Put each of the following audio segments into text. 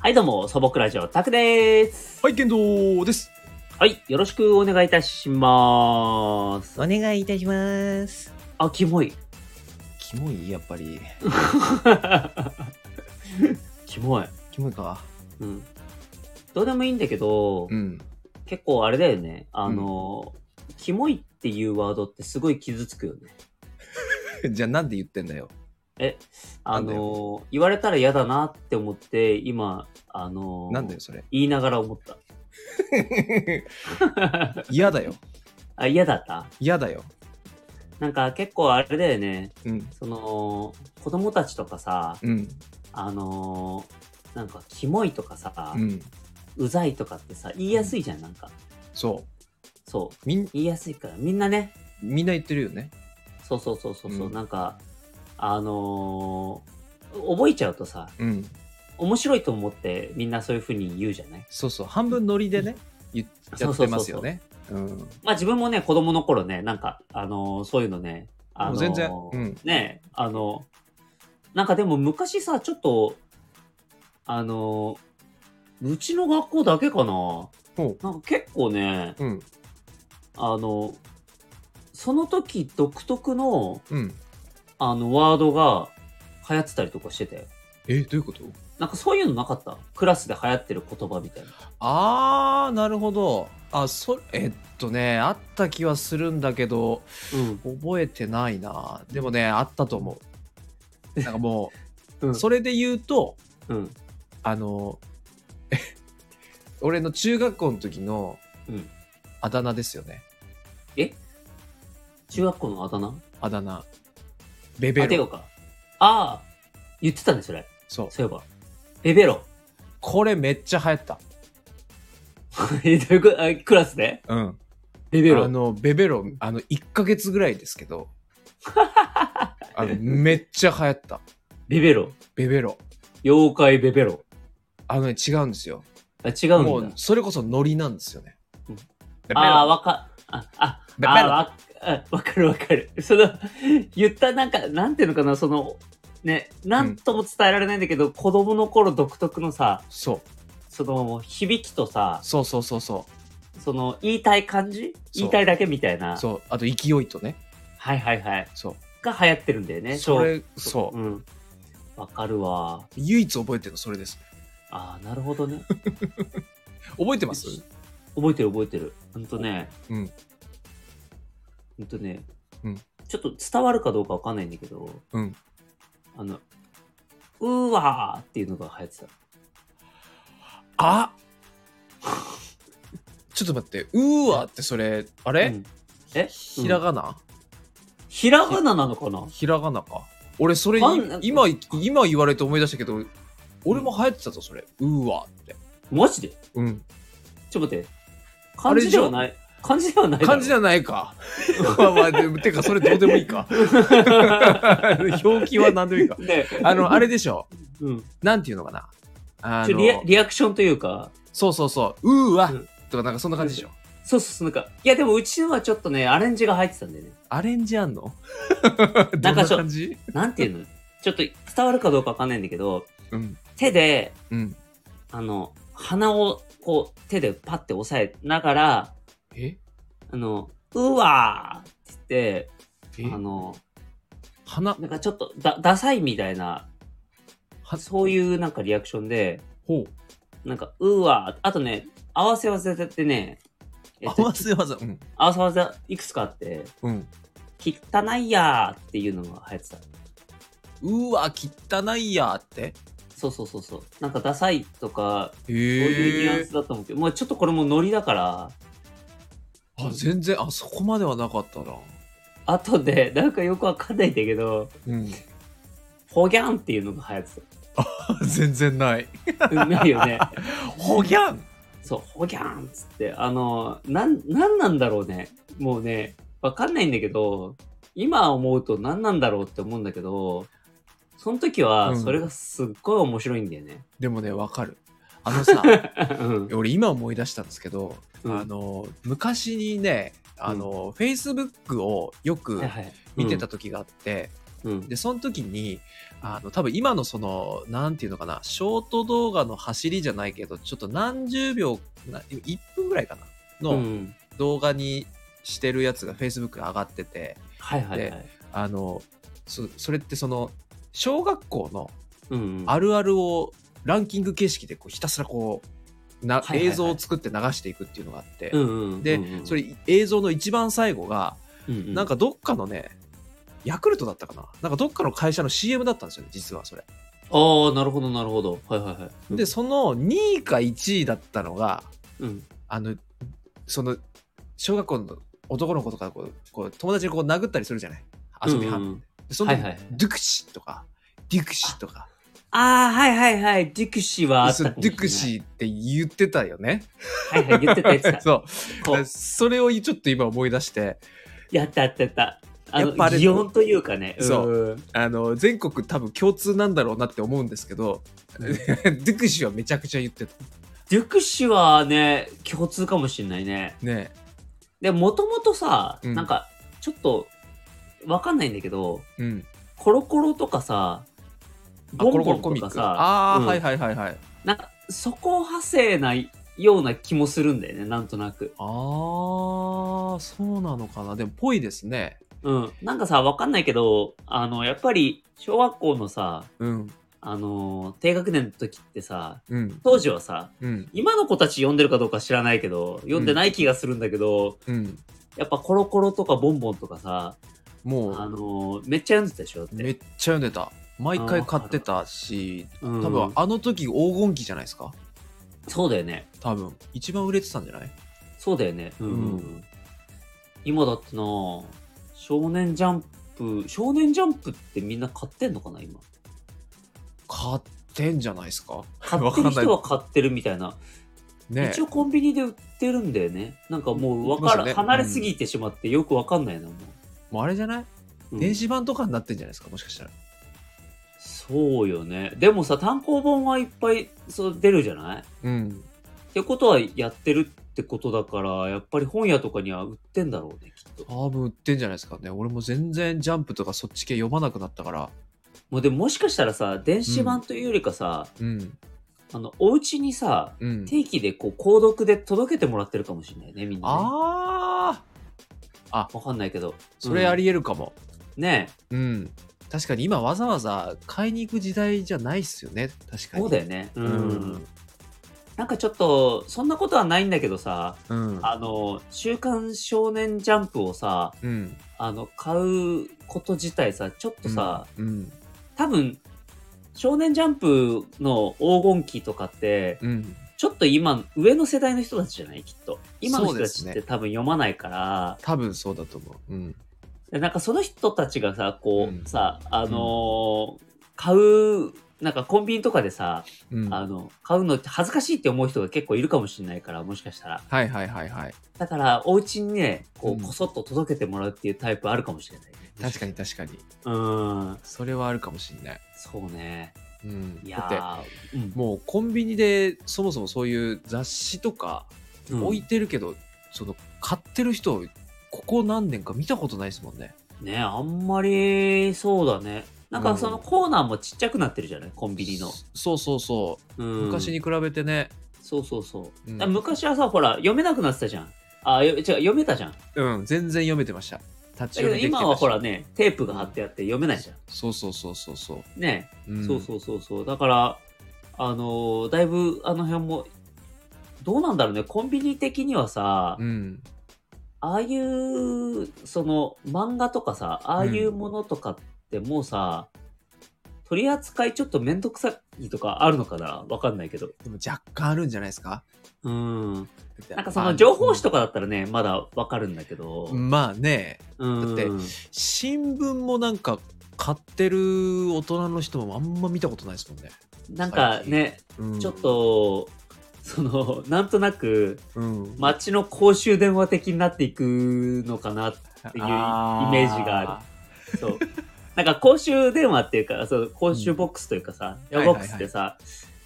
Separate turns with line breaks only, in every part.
はい、どうも、素朴ラジオ、タクです。
はい、剣道です。
はい、よろしくお願いいたします。
お願いいたします。
あ、キモい。
キモいやっぱり。
キモい。
キモいか。
うん。どうでもいいんだけど、
うん。
結構あれだよね。あの、キモいっていうワードってすごい傷つくよね。
じゃあなんで言ってんだよ。
あ
なんだ
の、言われたら嫌だなって思って、今、あの、
なんだよそれ。
言いながら思った。
嫌だよ。
あ、嫌だった
嫌だよ。
なんか結構あれだよね。
うん。
その、子供たちとかさ、
うん。
あの、なんか、キモいとかさ、
うん。
うざいとかってさ言いやすいじゃんなんか
そう。
そう
みん、
言いやすいからみんなね
みんな言ってるよね。
そうそうそうそうそう、
うん
なんかあのー覚えちゃうとさ
うん。
面白いと思ってみんなそういう風に言うじゃない
そうそう。半分ノリでね、言っちゃってますよね。うん。
まあ自分もね子供の頃ねなんかあのーそういうのねあのー
もう全然。うん。
ねあのなんかでも昔さちょっとあのーうちの学校だけかな
ほ
なんか結構ね
う。うん。
あのその時独特の
うん。
あの、ワードが流行ってたりとかしてて。
え、どういうこと
なんかそういうのなかったクラスで流行ってる言葉みたいな。
あー、なるほど。あ、そえっとね、あった気はするんだけど、
うん。
覚えてないな。でもね、あったと思う。なんかも
う
う、
ん。
それで言うと、
うん。
あの、俺の中学校の時の
うん
あだ名ですよね。
中学校のあだ名
あだ名。ベ
当
ベ
てよ
ロ。
うか。ああ、言ってたね、それ。
そう。
そういえば。ベベロ。
これめっちゃ流行った。
え、どういうことあクラスで
うん。
ベベロ。
あの、ベベロ、あの、1ヶ月ぐらいです けど、あのめっちゃ流行った。
ベベロ。
ベベロ。
妖怪ベベロ。
あのね、違うんですよ。
あ、違うんだ。
もう、それこそノリなんですよね
うん。
ベベロ
ああ、わか、あ、あ、
ベベロ
あわあわかるわかる。その、言ったなんか、なんていうのかな、その、ね、なんとも伝えられないんだけど、子供の頃独特のさ、
そう。
その響きとさ
そうそうそうそ
その言いたい感じ言
そう。
いたいだけみたいうな
そう。あと、勢いとね。
はいはいはい
そ
が流行ってるんだよ
う。
ね
それ、
小
そう
う。んわかるわ
唯一覚えてるのそれです。
ああなるほどね
覚えてます
覚えてる覚えてるほんとね
うん
ほんとね、
うん
ちょっと伝わるかどうかわかんないんだけど、
うん
あのうーわーっていうのが流行ってた
あ ちょっと待って、うーわってそれ、あれ、
うんえ
ひらがな、
ひらがななのかな
ひらがなか。俺、それい
あん
今、今言われて思い出したけど、俺も流行ってたぞ、それ。うーわって。
マジで
うん。
ちょっと待って
あ
漢
れ
字
でし
で
ょ
はない漢字ではないだろ
漢字じゃないか。 まあまあ、でも、てか、それどうでもいいか。 表記は何でもいいか。
ね
あの、あれでしょ。
うん
なんていうのかな。あ
ちょリア
の、
リアクションというか、
そうそうそう、うーわ
うん
とか、なんかそんな感じでしょ。
そうそうそう、なんか、いやでもうちのはちょっとね、アレンジが入ってたんだよね。
アレンジあんの
な
ど
ん
ん
か
な
そう
感じ
なんていうのちょっと伝わるかどうかわかんないんだけど、
うん。
手で、
うん。
あの、鼻をこう、手でパッて押さえながら、
え
あの、うわーって
え
言って、あの、
花
なんかちょっとだ、ダサいみたいな、
は
そういうなんかリアクションで、
ほう
なんか、うわー、あとね、合わせ技ってね、えっと
合わせ技うん
合わせ技いくつかあって、
うん
汚いやーっていうのが流行ってた。
うわ汚いやーって
そうそうそうそう。なんかダサいとか、
へ
そういうニュアン
え
スだと思うけど、まあちょっとこれもノリだから、
あ全然あそこまではなかったな
後で、 なんかよくわかんないんだけど、
うん
ほぎゃんっていうのが流行って
全然ない
た。うまいよ ね。
ほぎゃん
そう、ほぎゃんっつって、あの、なん、なんなんだろうね。もうね、わかんないんだけど、今思うと何なんだろうって思うんだけど、その時は
うん
それがすっごい面白いんだよね。
でもねわかるあの さ
うん。
俺今思い出したんですけど、
うん
あの昔にねあの、フェイスブックをよく
はいはい
見てた時があって、
うん。
でその時にあの多分今のそのなんていうのかなショート動画の走りじゃないけどちょっと何十秒な1分ぐらいかな
う
の
ん。
動画にしてるやつが Facebook で上がってて
はいはいはい。
あのそそれってその小学校の
うんうん。
あるあるをランキング形式でこうひたすらこうな
はいはいはい
映像を作って流していくっていうのがあって
うんうんうん。
でそれ映像の一番最後が
うんうん、
なんかどっかのねヤクルトだったかななんかどっかの会社の CM だったんですよね実はそれ
ああ、なるほど、なるほど。はいはいはい。
で、その2位か1位だったのが
うん。
あのその小学校の男の子とかこうこう友達にこう殴ったりするじゃない遊び
う
半分で、
んうん
でその時、
はいはい
ドゥクシーとかデュクシーとか
ああ、はいはいはい。デュクシーはあった
そう
かもし
デ
れな
ュ
い
クシーって言ってた よね。
はいはい、言ってたやつだ
そう
こう
それをちょっと今思い出して
やったやったやった。あ
やっぱあ
の、
れ
擬音というかね。
そ
うん。
あの全国多分共通なんだろうなって思うんですけど、
うん
デュクシーはめちゃくちゃ言ってた
デュクシーはね、共通かもしれないね。
ね
で、もともとさ、
うん
なんか、ちょっと、わかんないんだけど、
うん
コロコロとかさ、
あ
ボンボ
コロ
ン
コロコ
と
ミッ
か
ク
さ、
ああ、
うん
はいはいはいはい
なんか、そこ派生ないような気もするんだよね、なんとなく。
あーそうなのかなでもぽいですね
うん。なんかさ、わかんないけど、あの、やっぱり、小学校のさ、
うん
あのー低学年の時ってさ、
うん
当時はさ、
うん
今の子たち読んでるかどうか知らないけど、読んでない気がするんだけど、
うん
やっぱコロコロとかボンボンとかさ、
も
あ
う
のーめっちゃ読んでたでしょだって。
めっちゃ読んでた毎回買ってたし
うん
多分あの時黄金期じゃないですか
そうだよね。
多分一番売れてたんじゃない
そうだよね。うん。
う
今だってな少年ジャンプ、少年ジャンプってみんな買ってんのかな、今。
買ってんじゃないですか
買っ
わ
て
かんな
る
い
人は買ってるみたいな。
ね
一応コンビニで売ってるんだよね。なんかもうわ
売ってま
か
すよ
ら、
ね
離れすぎてしまってよくわかんないな、も
もうあれじゃない、
う。うん
電子版とかになってんじゃないですかもしかしたら
そうよね。でもさ、単行本はいっぱいそう出るじゃない
うん
ってことはやってるってことだから、やっぱり本屋とかには売ってんだろうね、きっと。
多分売ってんじゃないですかね俺も全然ジャンプとかそっち系読まなくなったから
もうでももしかしたらさ、電子版というよりかさ、
うん
あの、お家にさ、
うん
定期でこう、購読で届けてもらってるかもしれないね、みんな、ね。
あー
わかんないけど。
それありえるかも、
うんね
うん。確かに今わざわざ買いに行く時代じゃないっすよね。確か
え、
に。
そうだよね。う。
うんん。
なんかちょっと、そんなことはないんだけどさ、
うん。
あの、週刊少年ジャンプをさ、
うん。
あの、買うこと自体さ、ちょっとさ、
うん。
多分、少年ジャンプの黄金期とかって、
うん。
ちょっと今、上の世代の人たちじゃないきっと。今の
そう
人
で
た
す
ち
ね
って多分読まないから、
多分そうだと思う。うん。
でなんかその人たちがさ、こう、
うん
さ、あのー買う、なんかコンビニとかでさ、
うん。
あ
はい
の、買うのって恥ずかしいって思う人が結構いるかもしれないから、もしかしたら。
はいはいはい。
だから、お家にね、こ
うん
う、こそっと届けてもらうっていうタイプあるかもしれないね、
確かに確かに。
うーん、
それはあるかもしんない。
そうね。
うん。
い
だって、
やー、うん
もうコンビニでそもそもそういう雑誌とか
うん
置いてるけど、その買ってる人、ここ何年か見たことないですもんね。
ねあんまりそうだねなん
う
か
ん
そのコーナーもちっちゃくなってるじゃないコンビニの、
そうそうそ
うん
う。昔に比べてね。
そうそうそう、
うん
だから昔はさほら読めなくなってたじゃんあよ違う読めたじゃんだ
うん。全然読めてました。立ち
け
読
ど
みできてたし
今はほらねテープが貼ってあって読めないじゃ
そうそうそうそうそ
んね、
う、うん
そうそうそうそうだからあのーだいぶあの辺もどうなんだろうねコンビニ的にはさ、
うん
ああいうその漫画とかさああいうものとかってもうさ、取り扱いちょっとめんどくさいとかあるのかなわかんないけど
でも若干あるんじゃないですか
うんなんかそ
ま
の
あ
情報誌とかだったらねまだわかるんだけど
まあね
うん
だって新聞もなんか買ってる大人の人もあんま見たことないですもんね、
なんかね
うん
ちょっ、とそのなんとなく
うん
街の公衆電話的になっていくのかなっていうイメ
あ
ージがあるそう。なんか公衆電話っていうか、そう公衆ボックスというかさ、
う
電
ん
話ボックスってさ、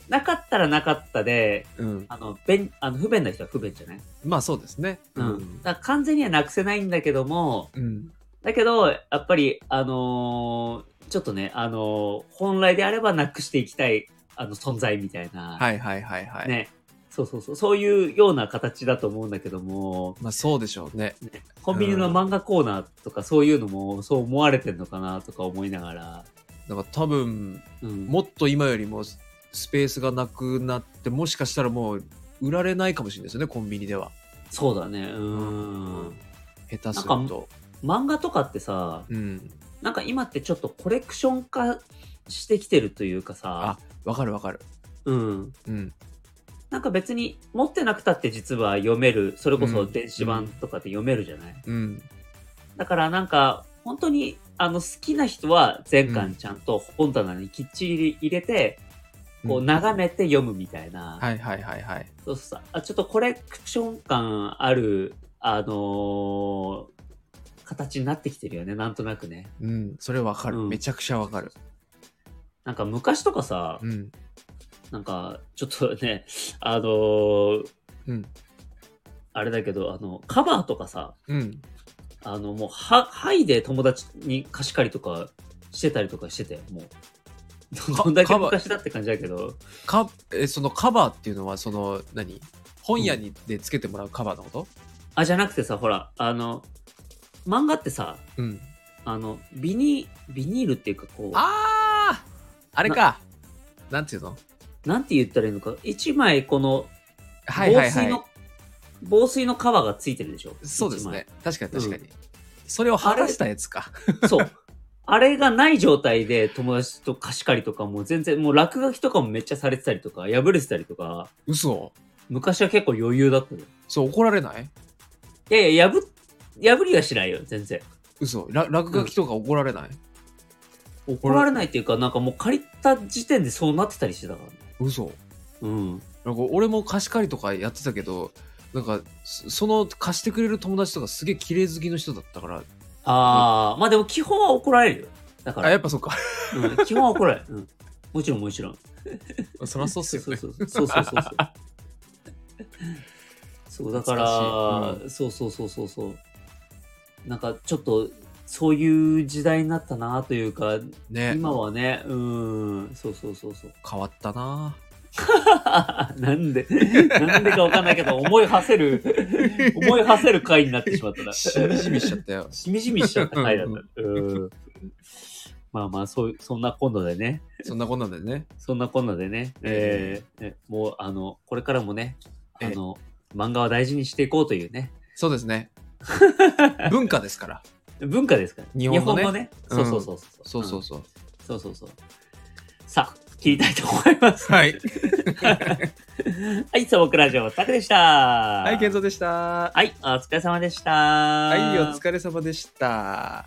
なかったらなかったで、
うん、
あの、便、あの不便な人は不便じゃない
まあそうですね
うん。だから完全にはなくせないんだけども、
うん
だけど、やっぱり、あのーちょっとね、あの、本来であればなくしていきたい、あの、存在みたいな。
はいはいはいはい。
ね。そうそうそう。そういうような形だと思うんだけども、
まあそうでしょうね。
ねコンビニの漫画コーナーとかそういうのもそう思われてんのかなとか思いながら。
だから多分、
うん。
もっと今よりもスペースがなくなって、もしかしたらもう売られないかもしれないですよね、コンビニでは。
そうだね。うん。
下手すると。
漫画とかってさ、
うん。
なんか今ってちょっとコレクション化してきてるというかさ
あ、わかるわかる。
うん。
うん。
なんか別に持ってなくたって実は読める、それこそ
うん
電子版とかで読めるじゃない、
うん。
だからなんか本当にあの好きな人は全巻ちゃんと本棚にきっちり入れて、こう
うん
眺めて読むみたいな。
はいはいはいはい。
そうそうそうあちょっとコレクション感ある、あのー形になってきてるよね、なんとなくね。
うん。それわかる。
うん
めちゃくちゃわかる。
なんか昔とかさ、
うん。
なんかちょっとね、あのー
うん。
あれだけど、あの、カバーとかさ、
うん。
あの、もう、は、はいで友達に貸し借りとかしてたりとかしてて、もう。
カ
どんだけ
カバー
昔だって感じだけど、
かえそのカバーっていうのはその何本屋にでつけてもらうカバーのこと
あ、じゃなくてさ、ほら、あの、漫画ってさ、
うん
あの、ビニ、ビニールっていうか、こ
あああれかなんていうの
う、なんて言ったらいいのか、一枚この、
は
防
いはい
水
は
の、防水のカバーがついてるでしょ
いそうですね確かに確かに、それを剥がしたやつか
一枚そう。あれがない状態で友達と貸し借りとかも全然、もう落書きとかもめっちゃされてたりとか、破れてたりとか、
嘘
昔は結構余裕だったよ。
そう怒られない
いやいや、破っ、破りはしないよ、全然。
嘘ら落書きとか怒られない、
怒られないっていうか、なんかもう借りた時点でそうなってたりしてたからね。
嘘
うん。
なんか俺も貸し借りとかやってたけどなんかそその貸してくれる友達とかすげえ綺麗好きの人だったから
ああ、まあでも基本は怒られるよ。だか
あや
ら、
っぱそっか
うん、基本は怒られる。うん。もちろんもちろん。
そりゃそうっす
そう
よ
そう
ね
そうそう。そうそうそうそう。そうだから、
懐かし
そうそうそうそうそう。なんかちょっと、そういう時代になったなというか、
ね
今はね、うん、そうそうそうそう。
変わった な
なんで、なんでかわかんないけど、思い馳せる、思い馳せる回になってしまったな。
しみじみしちゃったよ
しみじみしちゃった回だった。うん。まあまあ、そう、そんな今度でね、
そんなこんなんでね。
そんな今度でね、えーえもう、あの、これからもね、あの、漫画は大事にしていこうというね、
そうです ね。文化ですから。
文化ですから。
日本語ね
日本語ねそうそうそうそ。
そううそ
そ
うそう。
うん。そうそうそう。さあ、切りたいと思います。
はい。
はい、サボクラジオ、タクでした。
はい、健三でした。
はい、お疲れ様でした。
は、
はい
お疲れ様でした。